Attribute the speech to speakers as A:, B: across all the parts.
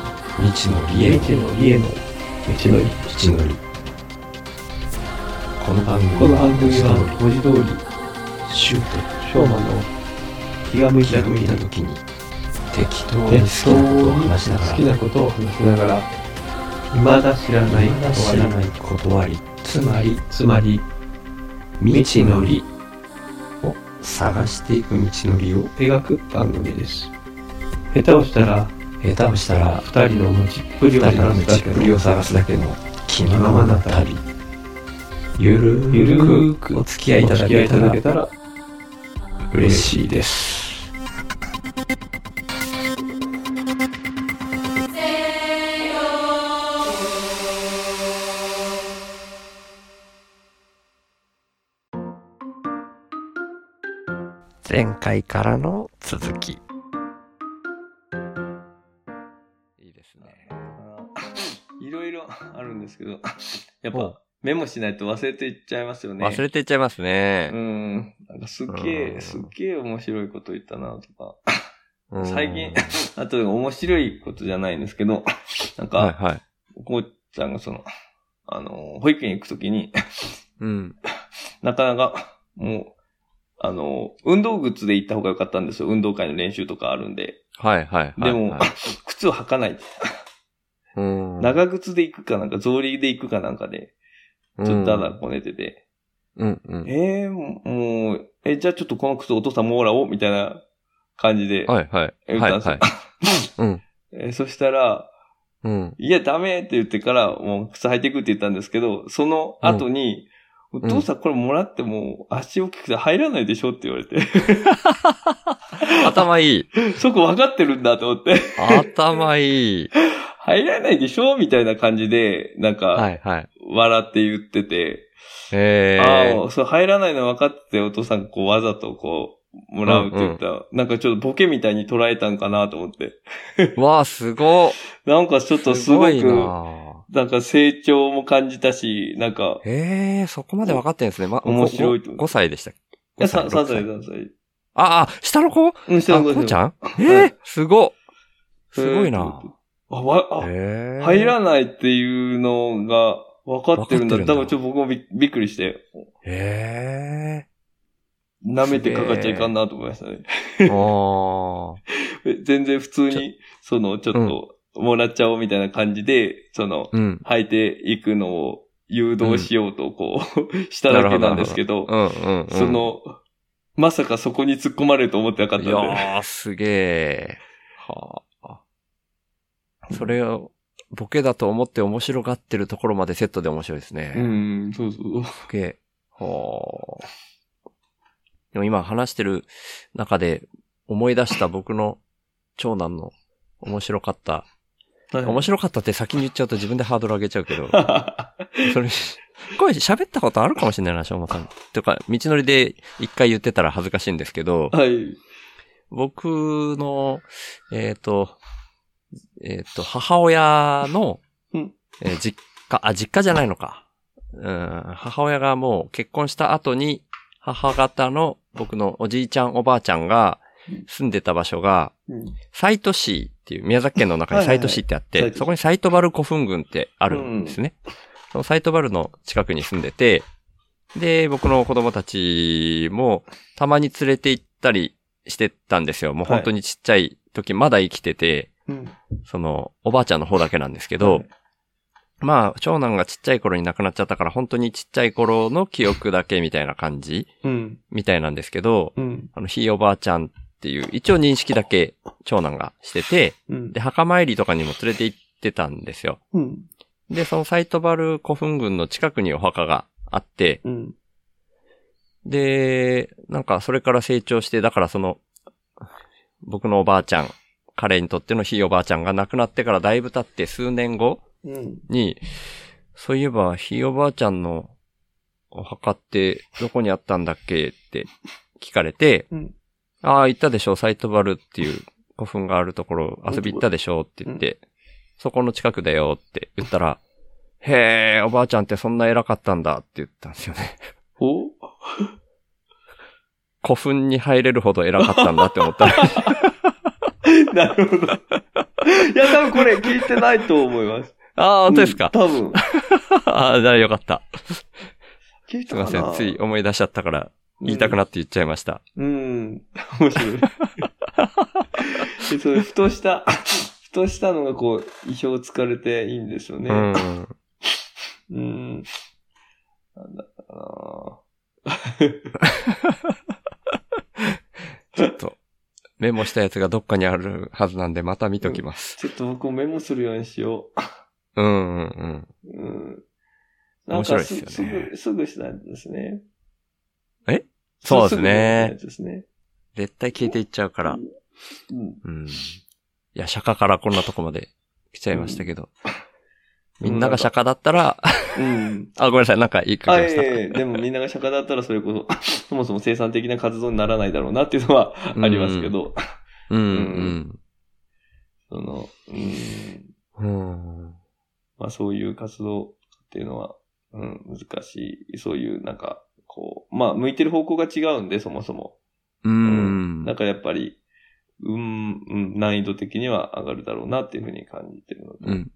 A: のりへの
B: 道のりへの道のり
A: 道のりこの番組
B: この番組は
A: 下取
B: 文字通り
A: りシュー
B: 昭和の気が向
A: ト開
B: いた
A: く
B: 時
A: 見た
B: に
A: 時に適当に
B: 適当
A: 好きなことを
B: に
A: 話しながら
B: 好きなことを話しながら未だ知らない
A: まだ知らない断りつまり
B: つまり
A: 未知のりを探していく道のりを
B: 描く番組です下手をしたら
A: 下手をしたら
B: 二人の持ちっぷりを
A: 二人
B: 探
A: の
B: す
A: 道
B: だ
A: っ
B: け
A: ぷりを探すだけの気のままな旅ゆる
B: ゆる
A: ー
B: ー
A: く
B: く
A: お付き合いいただ
B: お付き合い
A: けた
B: いた
A: ら
B: だけたら
A: 嬉しいです前回からの続きいいですね
B: いろい ろあるんですけどやっぱメモしないと忘れていっちゃいますよね
A: 忘れていっちゃいますね
B: う、ん。なんかすっげ
A: う
B: え、
A: ん
B: すっげえ面白いこと言ったなとか。
A: うん
B: 最近あと面白いことじゃないんですけど、なんか、
A: はいはい
B: おこうちゃんがその、あの、保育園行くときに、
A: うん
B: なかなか、もう、あの、運動靴で行った方が良かったんですよ。運動会の練習とかあるんで。
A: はいはいはい、はい、
B: でも、 靴を履かない。
A: うん、
B: 長靴で行くかなんか、草履で行くかなんかで、
A: ち
B: ちょっとだだこねてて。
A: うんうん。
B: えー、もう、え、じゃあちょっとこの靴お父さんもらおうみたいな感じで、
A: はいはい。
B: え
A: はい
B: 歌わせ
A: はい。うん。
B: えーそしたら、
A: うん。
B: いや、ダメって言ってから、もう靴履いていくって言ったんですけど、その後に、
A: ん
B: お父さんこれもらっても足大きくて入らないでしょって言われて、
A: 頭いい。
B: そこ分かってるんだと思って、
A: 頭いい。
B: 入らないでしょみたいな感じで、なん
A: は
B: か、
A: いはい。
B: 笑って言ってて、
A: え
B: あ
A: ー。
B: あ、そう入らないの分かってて、お父さんこうわざとこう、もらうって言ったら、なんかちょっとボケみたいに捉えたんかなと思って、
A: わあ、すご。
B: なんかちょっとす
A: す
B: ご
A: ご
B: く、
A: いな
B: なんか成長も感じたし、なんか、
A: えー、そこまで分かってんですね。ま、
B: 面白いと
A: 5,
B: 思う
A: 歳でしたっ
B: い
A: け
B: や、さ3歳、
A: あ
B: 3歳。
A: あ、下の子あ、
B: うん、下の子
A: こうちゃんえ
B: は
A: ー、すご。
B: えー
A: すごいな
B: あ、わ、あ、
A: えー。
B: 入らないっていうのが分かってるん
A: 分かって
B: だ。
A: るんだ
B: だからちょっと僕もびびっくりして、
A: え
B: 舐めてかかっちゃいかんなと思いましたね。
A: ー。あ
B: 全然普通に、その、ちょっと、もらっちゃおうみたいな感じで、その
A: ー。、うん。
B: 履いていくのを誘導しようと、こう、 しただけなんですけど、
A: うんうん、うん。
B: そ、の、まさかそこに突っ込まれると思ってなかった
A: い
B: んで。
A: やー、すげえ。はあ。それを、ボケだと思って面白がってるところまでセットで面白いですね。
B: うん、そう そう。
A: すげえ。はあ。でも今話してる中で思い出した僕の長男の面白かった。面白かったって先に言っちゃうと自分でハードル上げちゃうけど。それ、これ喋ったことあるかもしれないな、しょうまさん。とか、道のりで一回言ってたら恥ずかしいんですけど。
B: はい。
A: 僕の、えっ、と、えっ、と、母親の、
B: うん
A: えー実家、あ、実家じゃないのか。うん、母親がもう結婚した後に、母方の僕のおじいちゃんおばあちゃんが住んでた場所が、
B: うん
A: 西都市っていう、宮崎県の中に
B: はいはい
A: 西都市ってあって、
B: 西都市
A: そこに西都原古墳群ってあるんですね。その西都原の近くに住んでて、で、僕の子供たちもたまに連れて行ったりしてたんですよ。もう本当にちっちゃい時、まだ生きてて、
B: うん。
A: その、おばあちゃんの方だけなんですけど、
B: はい
A: まあ、長男がちっちゃい頃に亡くなっちゃったから、本当にちっちゃい頃の記憶だけみたいな感じ
B: うん。
A: みたいなんですけど、
B: うん。
A: あの、ひいおばあちゃんっていう、一応認識だけ長男がしてて、
B: うん
A: で、。墓参りとかにも連れて行ってたんですよ。
B: うん。
A: で、そのサイトバル古墳群の近くにお墓があって、
B: うん。
A: で、なんかそれから成長して、だからその、僕のおばあちゃん、彼にとってのひいおばあちゃんが亡くなってからだいぶ経って数年後
B: うん。
A: に、そういえばひいおばあちゃんのお墓ってどこにあったんだっけって聞かれて、
B: うん
A: ああ、行ったでしょ、サイトバルっていう古墳があるところ遊び行ったでしょって言って、そこの近くだよって言ったら、へえ、おばあちゃんってそんな偉かったんだって言ったんですよね。
B: お
A: 古墳に入れるほど偉かったんだって思った。
B: なるほど。いや、多分これ聞いてないと思います。
A: ああ、本当ですか、
B: うん多分。
A: ああ、じゃあよかった。
B: 聞い
A: す
B: た
A: い
B: か
A: ま
B: な
A: せん。つい。思い出しちゃったから、言いたくなって言っちゃいました。
B: うん。面白い。でそういうふとした、ふとしたのがこう、意表をつかれていいんですよね。
A: うん。
B: うん。なんだかな
A: ちょっと、メモしたやつがどっかにあるはずなんで、また見ときます。
B: ちょっと僕もメモするようにしよ
A: うん、うん、うん。
B: う。うん。
A: 面白いっすよね
B: なんかぐ、すぐしたやつですね。
A: えそうですね
B: すぐしたやつですね。
A: 絶対消えていっちゃうから。
B: うん。
A: うん。いや、釈迦からこんなとこまで来ちゃいましたけど。みんなが釈迦だったら、
B: うん。
A: あ、ごめんなさい、なんか言いか
B: あ、
A: けま
B: い
A: し
B: や
A: た。
B: いやいやでもみんなが釈迦だったらそれこそ、 そもそも生産的な活動にならないだろうなっていうのはありますけど、
A: うん、
B: その、うん、
A: うん、うん。
B: まあそういう活動っていうのは、うん、難しい。そういうなんか、こう、まあ向いてる方向が違うんで、そもそも。
A: う。
B: うんだからやっぱり、うん、うん難易度的には上がるだろうなっていうふうに感じてるのと、
A: うん。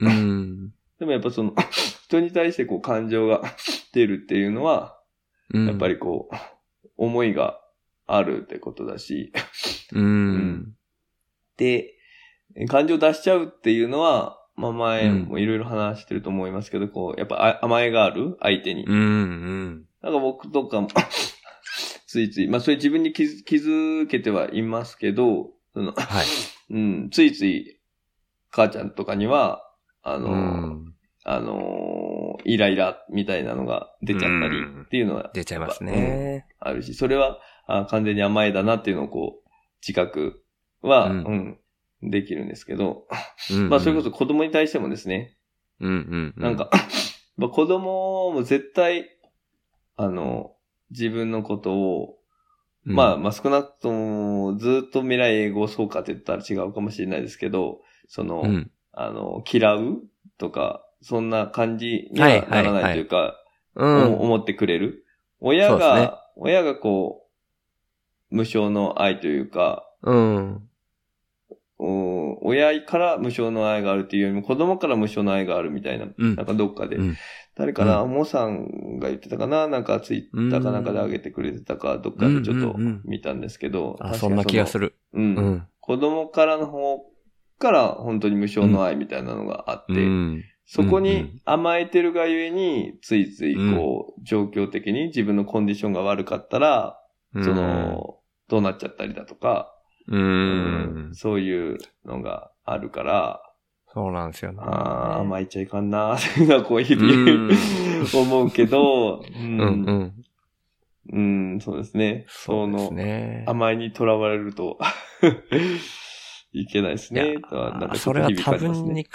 A: うん。
B: でもやっぱその、 人に対してこう感情が 出るっていうのは、
A: うん。
B: やっぱりこう、思いがあるってことだし、
A: うん。うん。
B: で、感情出しちゃうっていうのは、まあ前
A: うん
B: もいろいろ話してると思いますけど、こう、やっぱあ甘えがある相手に。
A: うん。うん。
B: なんか僕とかも、 ついつい、まあそれ自分に気づ気づけてはいますけど、その、
A: はい。
B: うん、ついつい、母ちゃんとかには、あ
A: う
B: の、
A: ん。
B: あのイライラみたいなのが出ちゃったり
A: うん
B: っていうのは
A: 出ちゃいますね。
B: あるし、それはあ完全に甘えだなっていうのをこう、自覚は、う、
A: うん
B: できるんですけど、
A: うん
B: まあそれこそ子供に対してもですね、
A: うんうん。
B: なん、か、まあ子供も絶対、あの、自分のことを、まあ、まあ少なくともずっと未来英語そうかって言ったら違うかもしれないですけど、その、
A: うん。
B: あの、嫌うとか、そんな感じに
A: はい
B: は
A: は
B: ないらないというか、
A: う
B: 思
A: ん。
B: 思ってくれる。親
A: そうですね
B: が、親がこう、無償の愛というか、
A: うん。
B: うん親から無償の愛があるというよりも、子供から無償の愛があるみたいな、
A: うん
B: なんかどっかで、
A: うん
B: 誰かな、
A: う
B: モさんが言ってたかな、なんかツイッターかなんかで上げてくれてたか、どっかでち
A: う
B: ょっと
A: んうんうん
B: 見たんですけど、
A: あ、そんな気がす
B: る。
A: る。
B: う。
A: うんん。
B: 子供からの方から本当に無償の愛みたいなのがあって、
A: うん。
B: そこ
A: うんう
B: に
A: ん
B: 甘えてるがゆえに、ついついこう、状況的に自分のコンディションが悪かったら、
A: そ
B: そ、の、どうなっちゃったりだとか、
A: う
B: うん
A: ん。
B: そういうのがあるから、
A: そうなんですよね。
B: あー甘えちゃいかんな、 っていうのはこう、日
A: うん
B: 々思うけど、う
A: うんんうん。
B: うんそうですね。そ
A: そうです
B: の、
A: ね。
B: 甘えにとらわれると、 いけないです
A: いや
B: ね、とは、なんかちょ
A: そ
B: っ
A: れ
B: と
A: は
B: 日々
A: 多
B: 感じます
A: 分
B: ね。
A: に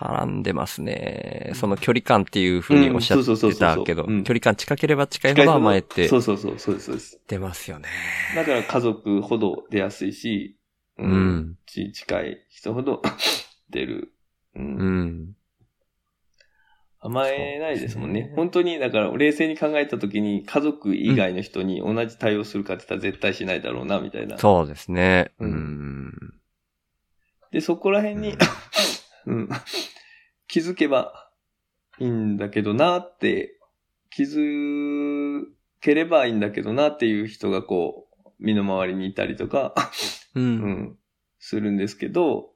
A: 絡んでますね。その距離感っていう風におっしゃっ
B: うんそう
A: て
B: そうそう
A: た
B: そう
A: けど、
B: うん
A: 距離感近ければ近いほど甘えて
B: そうそうそう、そうです、そうです。
A: 出ますよね。
B: だから家族ほど出やすいし、う
A: うんん。
B: ち近い人ほど 出る。うん
A: うん。
B: 甘えないですもん
A: そう
B: ね
A: です。ね
B: 本当に、だから冷静に考えたときに家族以外の人に同じ対応するかって言ったら絶対しないだろうな、みたいな。
A: そうですね。
B: う
A: うんん。
B: で、そこら辺に、 うん、気づけばいいんだけどなって、気づければいいんだけどなっていう人がこう、身の回りにいたりとか、
A: う。
B: うんん、するんですけど、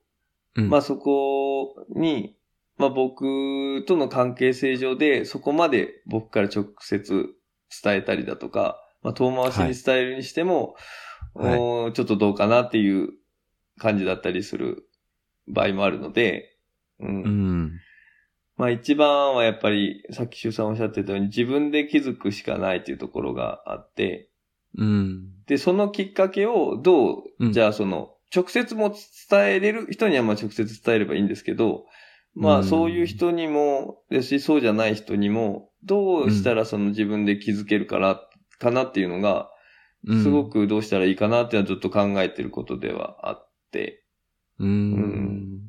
A: うん
B: まあそこに、まあ僕との関係性上で、そこまで僕から直接伝えたりだとか、まあ遠回しに伝えるにしても、
A: はい
B: おーちょっとどうかなっていう感じだったりする場合もあるので、うん
A: うん。
B: まあ一番はやっぱり、さっき周さんおっしゃってたように自分で気づくしかないっていうところがあって、
A: うん。
B: で、そのきっかけをどう、
A: うん
B: じゃあその、直接も伝えれる人にはまあ直接伝えればいいんですけど、ま
A: う
B: あ
A: ん
B: そういう人にも、ですし、そうじゃない人にも、どうしたらその自分で気づけるから、かなっていうのが、
A: うん
B: すご。くどうしたらいいかなっていうのはずっと考えてることではあって、
A: う。
B: うん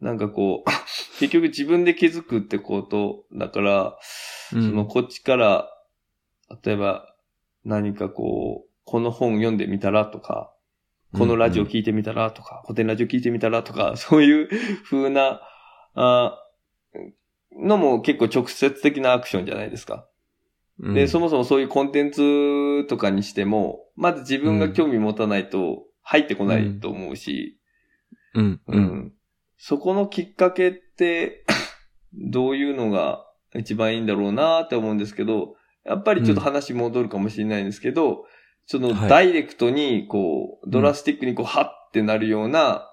B: なんかこう、 結局自分で気づくってことだから、
A: うん
B: そのこっちから、例えば何かこう、この本読んでみたらとか、このラジオ聞いてみたらとか、古典ラジオ聞いてみたらとか、 そういう風な、あのも結構直接的なアクションじゃないですか。
A: うん
B: で、そもそもそういうコンテンツとかにしても、まず自分が興味持たないと入ってこないと思うし、
A: うん、う。
B: うんんそこのきっかけって、 どういうのが一番いいんだろうなって思うんですけど、やっぱりちょっと話戻るかもしれないんですけど、その
A: はい
B: ダイレクトに、こう、ドラスティックにこう、はってなるような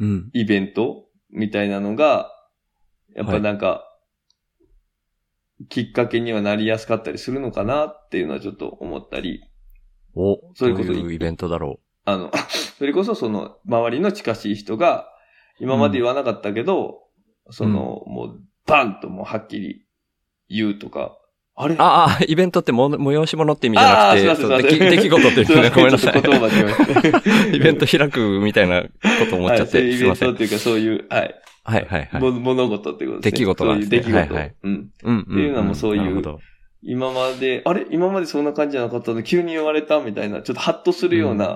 A: うん。
B: イベントみたいなのが、やっぱなんか、きっかけにはなりやすかったりするのかなっていうのはちょっと思ったり、
A: お、
B: そ
A: そうう
B: い
A: いうう
B: ことに
A: イベントだろ
B: あの、 それこそその周りの近しい人が、今まで言わなかったけど、その、もう、バンともうはっきり言うとか、あれ
A: う。ああ、イベントってもの催し物って意味じゃなく
B: あー
A: て、
B: すい
A: そ
B: ま
A: う
B: せ
A: 出
B: ん
A: 来
B: すいません
A: 出来事っていうね、ごめんなさ
B: ちょっと
A: い。
B: 言葉違いました
A: イベント開くみたいなこと 思っちゃっ
B: はいそうい
A: て、
B: う
A: す
B: イ
A: い
B: ベン
A: ませ
B: トっ
A: ん。
B: ていうかそういう、はい。
A: はいはいはい。
B: も物事っていうことです
A: 出
B: ね。
A: 来事なんですね
B: そういう出来事。
A: はいはい
B: うん。
A: うん
B: っていうのはもうそういう
A: なるほど
B: 今まで、あれ今までそんな感じじゃなかったの急に言われたみたいな、ちょっとハッとするような、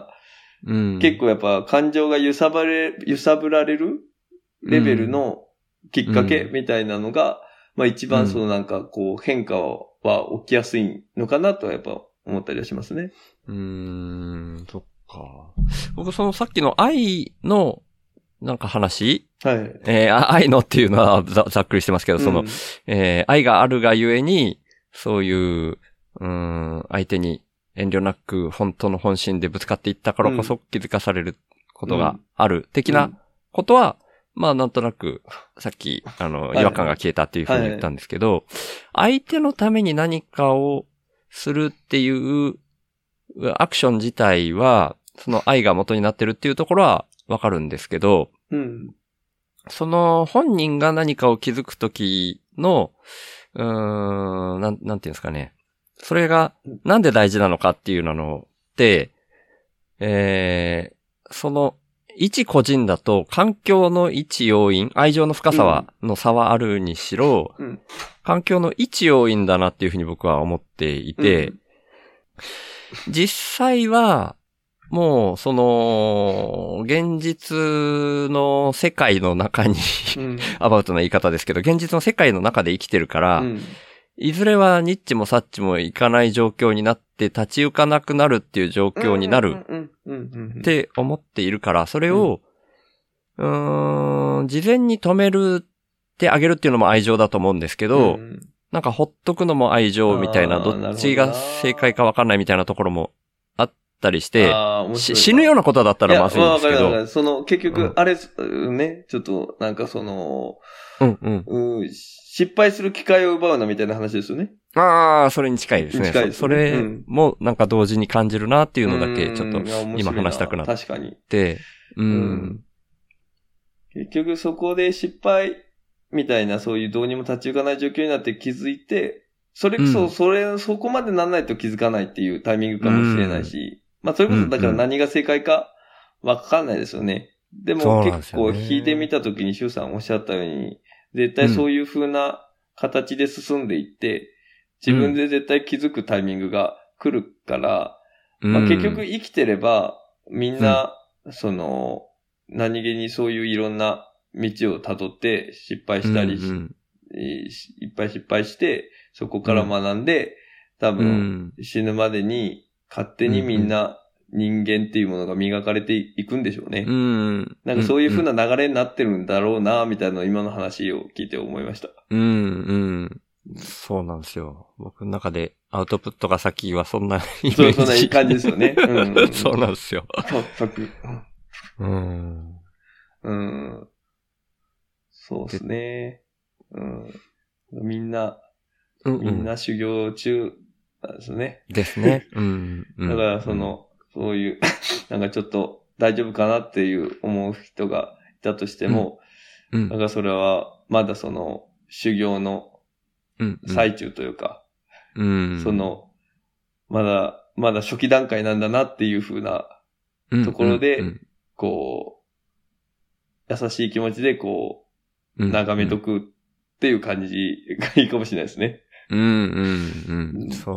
A: うん
B: 結構やっぱ感情が揺さばれ、揺さぶられるレベルのきっかけ
A: うん
B: みたいなのが、まあ一
A: う
B: 番
A: ん
B: そのなんかこう変化は起きやすいのかなとはやっぱ思ったりはしますね。
A: うーん、そっか。僕、そのさっきの愛の、なんか話
B: はい。
A: えーあ愛のっていうのはざざっくりしてますけど、その、
B: うん
A: えー愛があるがゆえに、そういう、うーん、相手に遠慮なく本当の本心でぶつかっていったからこそ気づかされることがある的なことは、まあなんとなく、さっき、あの、
B: はい
A: 違和感が消えたっていうふうに言ったんですけど、相手のために何かをするっていうアクション自体は、その愛が元になってるっていうところはわかるんですけど、
B: うん。
A: その本人が何かを気づくときの、うーん、なん、なんていうんですかね。それが
B: うん、
A: なんで大事なのかっていうのって、えー、その、一個人だと、環境の一要因、愛情の深さは、の差はあるにしろ、
B: うん
A: 環境の一要因だなっていうふうに僕は思っていて、実際は、もう、その、現実の世界の中に、
B: うん、うん。
A: アバウトな言い方ですけど、現実の世界の中で生きてるから、
B: うん
A: いずれはニッチもサッチもいかない状況になって立ち行かなくなるっていう状況になるっ
B: うん。うん。うん。うん、
A: て思っているから、それを、うーん、事前に止めるってあげるっていうのも愛情だと思うんですけど、
B: うん
A: なんかほっとくのも愛情みたいな、
B: あー
A: どっちが正解かわかんないみたいなところもあったりして、
B: あー面白
A: し
B: い
A: 死ぬようなことだったらまずいんですけ
B: やわかるわか
A: ど、
B: るその、結
A: う
B: 局
A: ん、
B: あれ、ね、ちょっと、なんかその、
A: うんうん。
B: うん、失敗する機会を奪うなみたいな話ですよね。
A: ああ、それに近いですね。
B: 近いですね
A: そそれ
B: うん
A: もなんか同時に感じるなっていうのだけちょっと
B: うんいや面白い
A: 今話したくなっ
B: 確かに。
A: て、う。。
B: うん結局そこで失敗みたいなそういうどうにも立ち行かない状況になって気づいて、それこ
A: う
B: そ、
A: ん
B: それ、そこまでなんないと気づかないっていうタイミングかもしれないし、まあそれこそだから何が正解かわかんないですよね。でも
A: そうなんで
B: 結
A: すよ
B: 構
A: ね
B: 引いてみたときにシュウさんおっしゃったように、絶対そういう風な形で進んでいって、自分で絶対気づくタイミングが来るから、まあ、
A: うん
B: 結局、生きてれば、みんな、その、何気にそういういろんな道を辿って失敗したりし、
A: うん
B: えーしいっぱい失敗して、そこから学んで、多
A: うんう
B: 分、
A: ん。
B: 死ぬまでに勝手にみんな人間っていうものが磨かれていくんでしょうね。
A: うん。
B: なんかそういう風
A: な。
B: な流れになってるんだろうな、みたいな今の話を聞いて思いました。
A: うん、うん。そうなんですよ。僕の中でアウトプットが先はそんなイメージ。
B: そう、そんないい感じで すよね。うんうんうん
A: そうなんですよ。
B: 全く
A: うん。
B: うん。そうですね。うん。みんな、
A: うん
B: みん
A: うん
B: な修行中なんですね。
A: ですね。うん。うん
B: だから、そ、の、そういう、 なんかちょっと大丈夫かなっていう思う人がいたとしても、
A: うん
B: だからそれは、まだその、修行の
A: うんうん
B: 最中というか、
A: うん
B: その、まだ、まだ初期段階なんだなっていうふうな、ところでこう、優しい気持ちでこう、眺めと
A: く。
B: くっていう感じがいいかもしれないですね。
A: うん、うん、うん。そう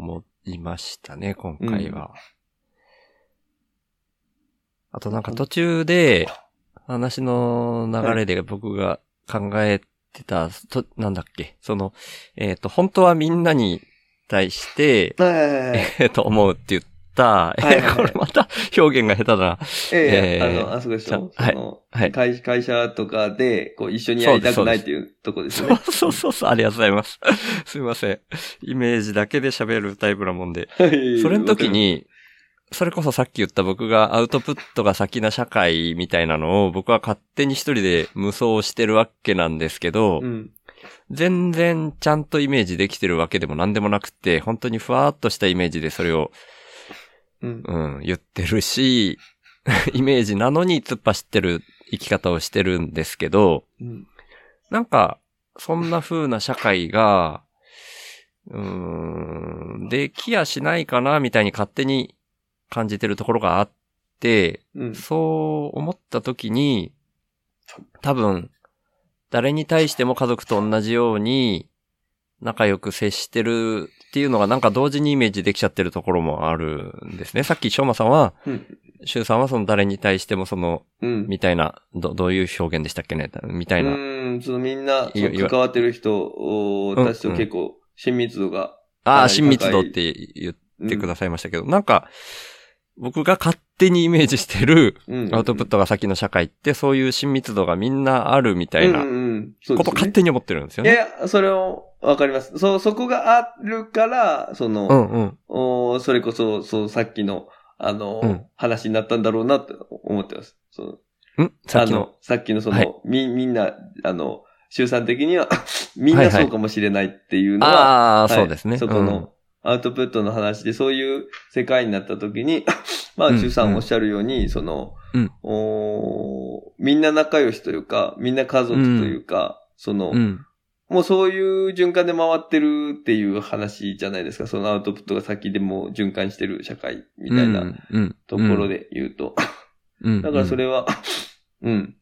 A: 思いましたね、今回は。あとなんか途中で、話の流れで僕が考えてた、と、なんだっけ、その、えっ、と、本当はみんなに対 して、
B: はいはいはいはい。
A: えっ、と、思うって言った、え
B: はいはいはい
A: これまた表現が下手だな。え
B: ええ
A: ー
B: あの、あそこでしょ、
A: はい
B: その
A: はい。
B: 会会社とかで、こう、一緒にやりたくないっていうとこです
A: そ
B: よ
A: う
B: ね。
A: そうそうそう、ありがとうございます。すいません。イメージだけで喋るタイプなもんで。
B: はい
A: それの時、に、それこそさっき言った僕がアウトプットが先な社会みたいなのを僕は勝手に一人で無双してるわけなんですけど、
B: うん。
A: 全然ちゃんとイメージできてるわけでも何でもなくて、本当にふわーっとしたイメージでそれを、
B: うん。
A: うん、言ってるし、 イメージなのに突っ走ってる生き方をしてるんですけど、
B: うん。
A: なんか、そんな風な社会が、うーん、できやしないかな、みたいに勝手に感じてるところがあって、
B: うん。
A: そう思った時に、多分、誰に対しても家族と同じように仲良く接してるっていうのがなんか同時にイメージできちゃってるところもあるんですね。さっき翔馬さんは、
B: うん。
A: 周さんはその誰に対してもその、
B: うん。
A: みたいな、ど、どういう表現でしたっけねみたいな
B: う。ーん、そのみんな、そ
A: いわいわ
B: の関わってる人たちと結構、親密度が、
A: あ
B: は
A: あ、
B: い
A: 親密度って言ってくださいましたけど、なんか、僕が勝手にイメージしてる
B: うん
A: アウトプットが先の社会って、そういう親密度がみんなあるみたいな
B: うんうんうんそうで
A: こ
B: す
A: と
B: ね
A: 勝手に思ってるんですよ
B: い
A: ね。
B: やいや、それを、わかります。そ、そこがあるから、その、
A: うんうん。
B: おーそれこそ、そう、さっきの、あの、
A: うん
B: 話になったんだろうなって思ってます。その
A: うんさっき
B: あ
A: の。
B: さっきのその、
A: はい
B: み、みんな、あの、周さん的には、 みんなそうかもしれないっていうのは、
A: ああ、
B: はい
A: そうですね。
B: そこのアウトプットの話で、そういう世界になった時に、 ま
A: う
B: あ、
A: ん
B: シュさんおっしゃるように、その、
A: うん
B: おーみんな仲良しというか、みんな家族というか、その、
A: うん。うん。
B: もうそういう循環で回ってるっていう話じゃないですか。そのアウトプットが先でもう循環してる社会みたいな
A: うん
B: ところ。で言うと。
A: うんうん
B: だからそれは、 うん。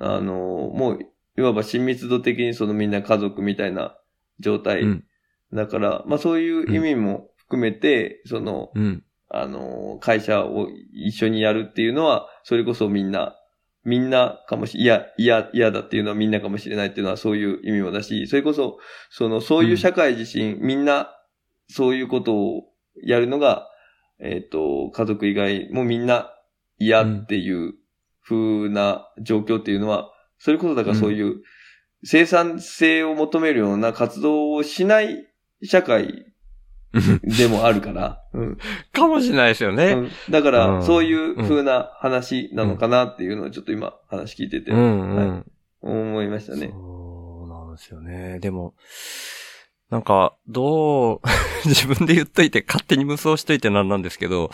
B: あの、もう、いわば親密度的にそのみんな家族みたいな状態
A: うん
B: だから、まあそういう意味も含めて、その、
A: うん。
B: あの、会社を一緒にやるっていうのは、それこそみんな、みんなかもし、いや、いや、嫌だっていうのはみんなかもしれないっていうのはそういう意味もだし、それこそ、その、そういう社会自身、みんな、そういうことをやるのが、えっ、と、家族以外もみんな嫌っていう風な状況っていうのは、それこそだからそういう生産性を求めるような活動をしない社会でもある から、うん
A: かもしれないですよね。
B: うんだか
A: う
B: ら、
A: ん
B: そういう風な話なのかなっていうのをちょっと今話聞いてて
A: う、んうん。
B: 思いましたね。
A: そうなんですよね。でも、なんか、どう、 自分で言っといて勝手に無双しといてなんなんですけど、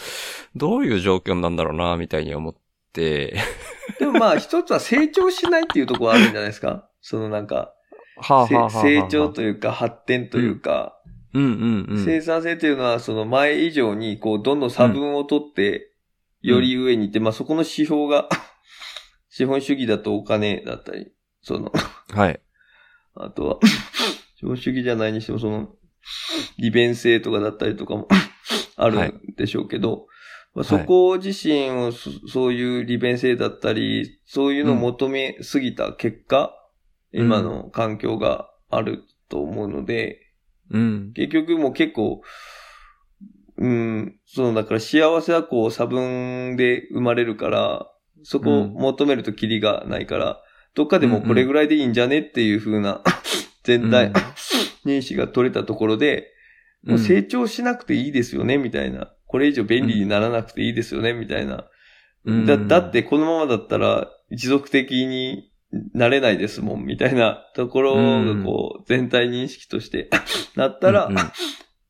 A: どういう状況なんだろうな、みたいに思って、
B: でもまあ、一つは成長しないっていうところはあるんじゃないですか。 そのなんか、
A: はあは
B: せ
A: あはあはあ
B: 成長というか発展というか、
A: うんうんうん。
B: 生産性というのはその前以上にこう、どんどん差分を取って、
A: うん
B: より上に行って、まあそこの指標が、 資本主義だとお金だったり、その、
A: はい。
B: あとは、資本主義じゃないにしても、その、利便性とかだったりとかもあるんでしょうけど、まあ、そこ自身をそ、そういう利便性だったり、そういうのを求めすぎた結果、
A: うん
B: 今の環境があると思うので、
A: うん。
B: 結局もう結構、うん、その、だから幸せはこう差分で生まれるから、そこを求めるとキリがないから、どっかでもうこれぐらいでいいんじゃねっていう風な、全
A: う
B: 体
A: ん
B: 認識が取れたところで、
A: う
B: もうん成長しなくていいですよね、みたいな。これ以上便利にならなくていいですよね、みたいな。
A: うん
B: だ、だってこのままだったら持続的になれないですもん、みたいなところがこう、全体認識として なったら
A: うん、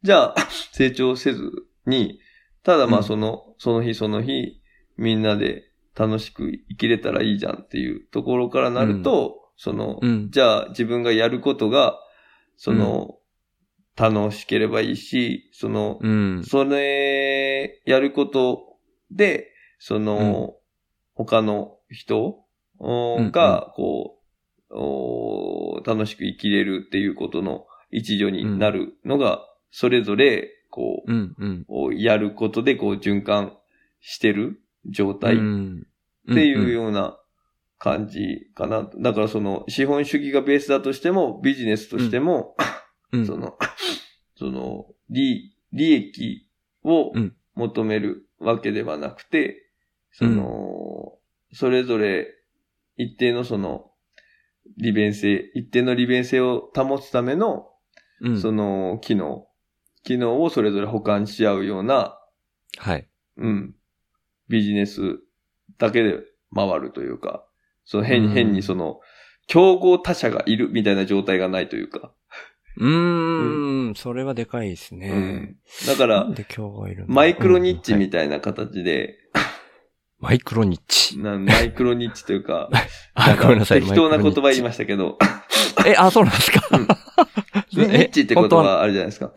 B: じゃあ、 成長せずに、ただ
A: う
B: まあ
A: ん
B: その、その日その日、みんなで楽しく生きれたらいいじゃんっていうところからなると、その、
A: うん。
B: じゃあ自分がやることが、その、楽しければいいし、その、
A: うん。
B: それ、やることで、その、他の人おーが、こう、おー楽しく生きれるっていうことの一助になるのが、それぞれ、こう、
A: うん。うん。
B: をやることで、こう、循環してる状態っ
A: ん。
B: ていう
A: う。
B: ような感じかな。だからその資本主義がベースだとしても、ビジネスとしても、
A: うん。
B: その、 その、利、利益を
A: うん
B: 求めるわけではなくて、その、それぞれ一定のその、利便性、一定の利便性を保つための、
A: うん
B: その、機能、機能をそれぞれ補完し合うような、
A: はい。
B: うん、ビジネスだけで回るというか、その変に、
A: うん
B: 変にその、競合他社がいるみたいな状態がないというか、
A: うーん、それはでかいです
B: う
A: ね。
B: ん。だから
A: なん、で今日がいるんだ
B: マイクロニッチ
A: うんはい
B: みたいな形で、
A: マイクロニッチ。
B: なマイクロニッチというか、
A: あ、ごめんなさい。
B: 適当な言葉言い
A: ま
B: ましたけど、
A: え、あ、そうなんですか。
B: ニ
A: え
B: ッチって言
A: 本当は
B: 葉あるじゃないですか。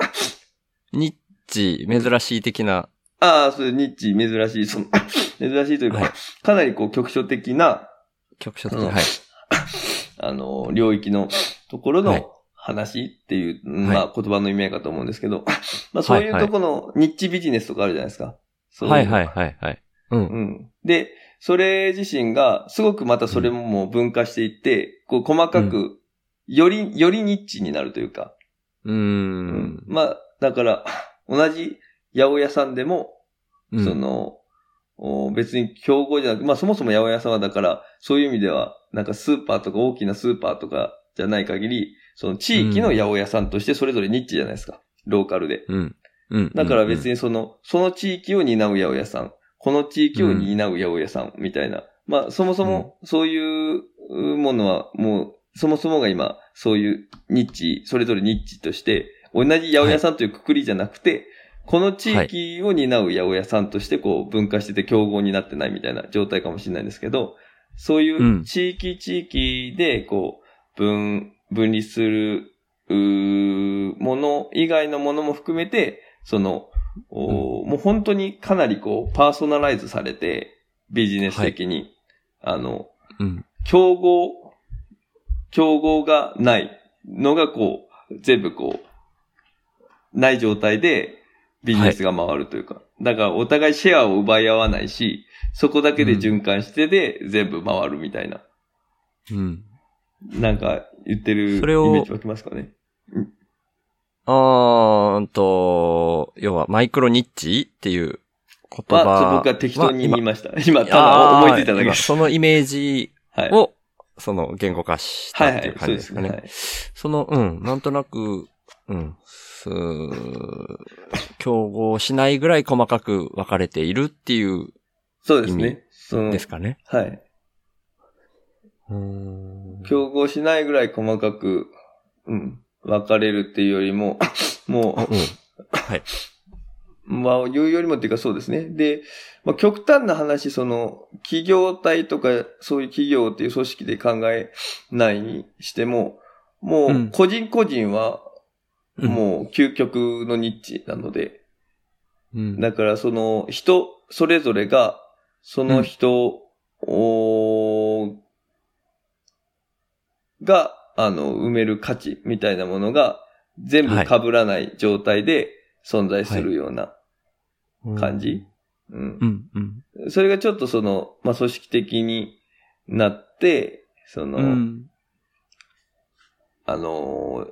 A: ニッチ、珍しい的な。
B: ああ、そういうニッチ、珍しい、その 珍しいというか、
A: はい
B: かなりこう局所的な、
A: 局所的。
B: うん
A: はい。
B: あの、領域のところ
A: はい
B: の話っていう、うん
A: はい
B: まあ言葉の意味合いかと思うんですけど、まあそうい
A: はい
B: う
A: は
B: と
A: い
B: このニッチビジネスとかあるじゃないですか。そうう
A: はいはいはいはい。うん。
B: うん。で、それ自身が、すごくまたそれももう分化していって、こう細か
A: う
B: く、より、よりニッチになるというか、
A: うーん。
B: まあ、だから、同じ八百屋さんでも、
A: うん
B: そ、の、お別に競合じゃなく、まあそもそも八百屋さんはだから、そういう意味では、なんかスーパーとか大きなスーパーとかじゃない限り、その地域の八百屋さんとしてそれぞれニッチじゃないですか。ローカルで。
A: うん。うん。
B: だから別
A: に。
B: にその、その地域を担う八百屋さん、この地域を担う八百屋さん、みたいな。まあ、そもそも、そういうものは、もう、そもそもが今、そういうニッチ、それぞれニッチとして、同じ八百屋さんというくくりじゃなくて、この地域を担う八百屋さんとして、こう、分化してて競合になってないみたいな状態かもしれないんですけど、そうい
A: うん
B: う地域地域で、こう、分、分離する、うーもの以外のものも含めて、その、おーもう本当にかなりこう、パーソナライズされて、ビジネス的に、あの、
A: うん。
B: 競合、競合がないのがこう、全部こう、ない状態でビジネスが回るというか。だからお互いシェアを奪い合わないし、そこだけで循環してで全部回るみたいな。
A: うん。
B: なんか言ってるイ
A: そ
B: メ
A: れを
B: ージ湧きますかね。
A: あーうんと、要はマイクロニッチっていう言葉
B: まあ、僕は適当に言い
A: ま
B: ました。今、ただ思いついただけで
A: 今
B: す。
A: そのイメージ
B: はい。
A: を、その言語化したっていう感じですかね。
B: はいはい
A: その、うん、なんとなく、うん、す競合しないぐらい細かく分かれているっていう
B: そうです
A: 意味
B: ね。その
A: ですかね。
B: はい。
A: うーん
B: 競合しないぐらい細かく、うん、分かれるっていうより も、
A: あ
B: も
A: うん。
B: う、 まあ、言うよりもっていうかそうですね。で、まあ、極端な話、その、企業体とか、そういう企業っていう組織で考えないにしても、も
A: う
B: う、
A: ん
B: 個人個人は、
A: うん
B: もう、究極のニッチなので、
A: うん。
B: だから、その、人、それぞれが、その人を、が、あの、埋める価値みたいなものが、全部
A: はい
B: 被らない状態で存在するような感じ。うん
A: うん、うん。
B: それがちょっとその、まあ、組織的になって、その、
A: うん。
B: あのー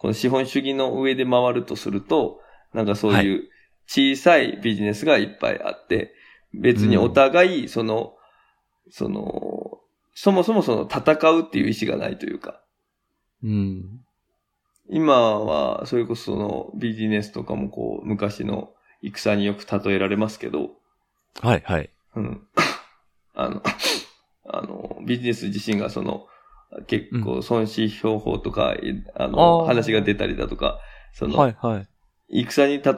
B: この資本主義の上で回るとすると、なんかそういう小さいビジネスがいっぱいあって、別にお互い、その、その、そもそもその戦うっていう意思がないというか、
A: うん。
B: 今は、それこそそのビジネスとかもこう、昔の戦によく例えられますけど、
A: はい、はい。
B: うん。 あの、あの、ビジネス自身がその、結構損失標法とか、えあの、
A: あー
B: 話が出たりだとか、その、
A: はい、はい。
B: 戦に例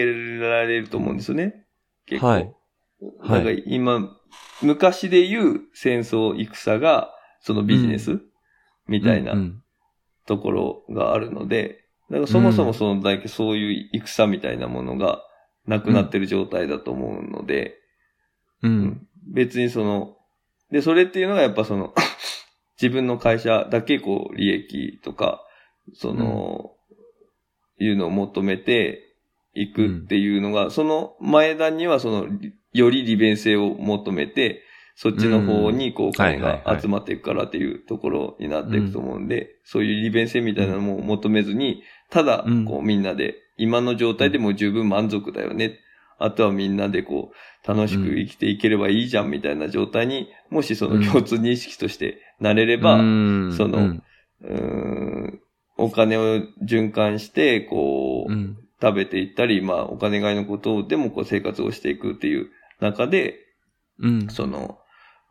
B: えられると思うんですよね。結構。
A: はいは
B: なん
A: い
B: か今、昔で言う戦争、戦が、そのビジネス、みたいな
A: うん
B: ところがあるので、なんかそもそもそのだけそういう戦みたいなものがなくなってる状態だと思うので、
A: う。
B: うんん別にその、で、それっていうのがやっぱその、 自分の会社だけこう、利益とか、その、いうのを求めていくっていうのが、その前段にはその、りより利便性を求めて、そっちの方にこうお金
A: はいはいは
B: が
A: い
B: 集まっていくからっていうところになっていくと思うんで、そういう利便性みたいなのも求めずに、ただ
A: うん
B: こうみんなで、今の状態でも十分満足だよね。あとはみんなでこう、楽しく生きていければいいじゃんみたいな状態に、もしその共通認識としてなれれば、
A: うん
B: その
A: うん
B: うーんお金を循環して、こう、
A: うん
B: 食べていったり、まあ、お金以外のことでもこう生活をしていくっていう中で、
A: うん。
B: その、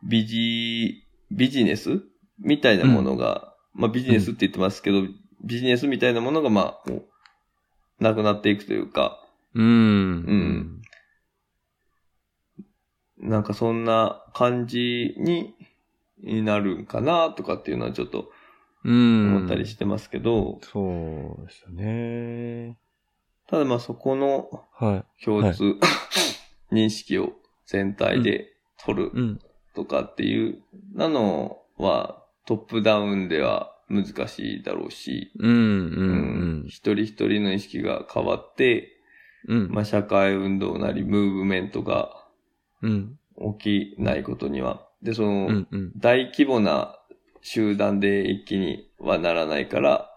B: ビジ、ビジネスみたいなものが、まあビジネスって言ってますけど、ビジネスみたいなものが、まあ、もう、なくなっていくというか、
A: うん。
B: んなんかそんな感じにになるんかなとかっていうのはちょっと
A: うん。
B: 思ったりしてますけど、
A: そうですね。
B: ただまあそこの
A: は
B: 共通、 認識を全体で取る
A: い。うん。
B: とかっていうなのはトップダウンでは難しいだろうし、
A: うん。
B: う
A: うん。
B: 一人一人の意識が変わって、
A: うん。
B: まあ、社会運動なりムーブメントが
A: うん。
B: 起きないことには。で、その、
A: うん。うん。
B: 大規模な集団で一気にはならないから、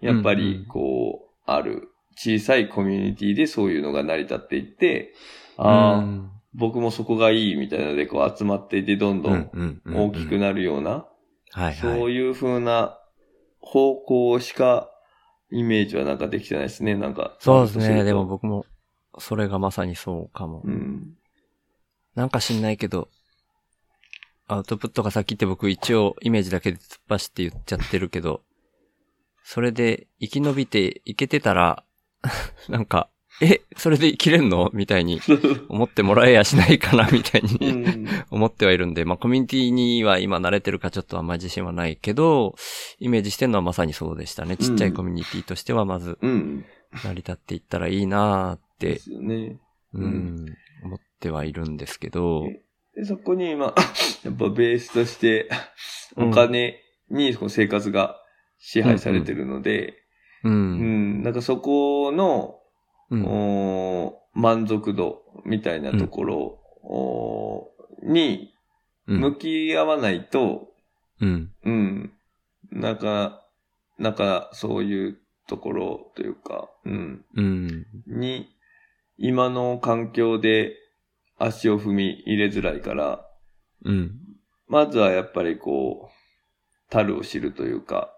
B: やっぱ
A: うんう
B: り
A: ん
B: こう、ある小さいコミュニティでそういうのが成り立っていって、ああ、僕もそこがいいみたいなのでこう集まっていってどんどん
A: うん。うん。
B: 大きく
A: る。
B: なるような、
A: はいはい。
B: そういう風な方向しかイメージはなんかできてないですね、なんか。
A: そうです
B: る
A: ね。
B: と
A: でも。僕も、それがまさにそうかも
B: う。ん。
A: なんか知んないけど、アウトプットが先って僕一応イメージだけで突っ走って言っちゃってるけど、それで生き延びていけてたら、 なんか、え、それで生きれんのみたいに思ってもらえやしないかな、みたいに。
B: うん。
A: 思ってはいるんで、まあコミュニティには今慣れてるかちょっとあんまり自信はないけど、イメージしてるのはまさにそうでしたね。ちっちゃいコミュニティとしてはまず
B: うん。
A: 成り立っていったらいいなーっ
B: で
A: て、
B: すよね。
A: うん、思ってはいるんですけど、
B: で、そこに今、 やっぱベースとして、
A: うん
B: お金にこう生活が支配されてるので、
A: う
B: うん、
A: ん、
B: なんかそこの、
A: うん、
B: おー満足度みたいなところを、おーに
A: う
B: 向
A: ん、
B: き合わないと、
A: うん、
B: うん、なんか、なんかそういうところというか、うん、
A: うん、
B: に、今の環境で足を踏み入れづらいから、
A: うん、
B: まずはやっぱりこう、樽を知るというか、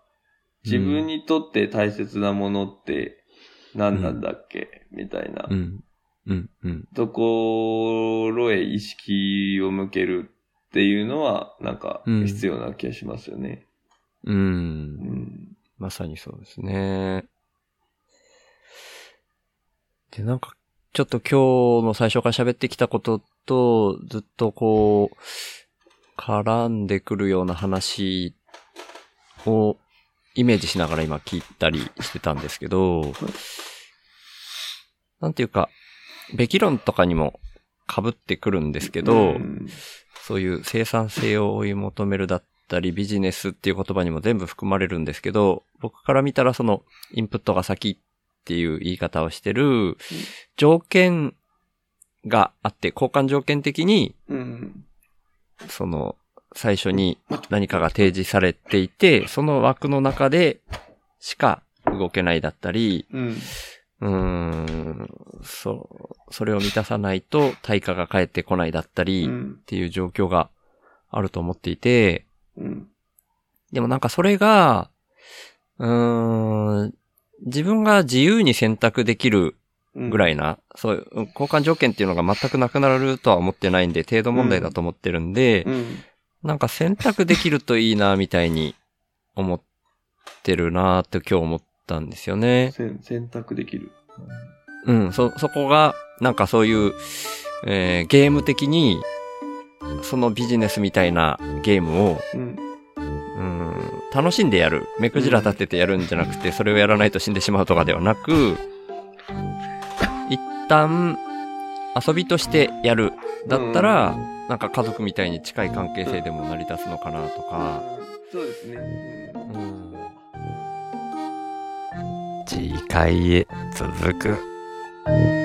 B: 自分にとって大切なものって何なんだっけ、みたいな
A: うん、うん、うん、
B: ところへ意識を向けるっていうのは、なんか
A: うん
B: 必要な気がしますよね。
A: うん
B: う、ん。
A: まさにそうですね。で、なんか、ちょっと今日の最初から喋ってきたことと、ずっとこう、絡んでくるような話をイメージしながら今聞いたりしてたんですけど、なんていうか、べき論とかにも被ってくるんですけど、
B: ん
A: そういう生産性を追い求めるだったり、ビジネスっていう言葉にも全部含まれるんですけど、僕から見たらそのインプットが先っていう言い方をしてる、条件があって、交換条件的に、
B: うん。
A: その、最初に何かが提示されていて、その枠の中でしか動けないだったり、
B: うん。
A: うーん、そう、それを満たさないと対価が返ってこないだったり、
B: うん
A: っていう状況があると思っていて、
B: うん。
A: でもなんかそれが、うーん、自分が自由に選択できるぐら
B: い。
A: いな、そういう交換条件っていうのが全くなくなるとは思ってないんで、程度問題だと思ってるんで
B: う、ん。
A: なんか選択できるといいな、みたいに思ってるなって今日思ったんですよね。
B: せん選択できる。
A: うん、そ、そこが、なんかそういう、えーゲーム的に、そのビジネスみたいなゲームを、
B: うん。
A: うん、楽しんでやる。目くじら立ててやるんじゃなくて、それをやらないと死んでしまうとかではなく、一旦、遊びとしてやる。だったら、なんか家族みたいに近い関係性でも成り立つのかなとか。
B: そうですね。うん
A: うん
C: 次回へ続く。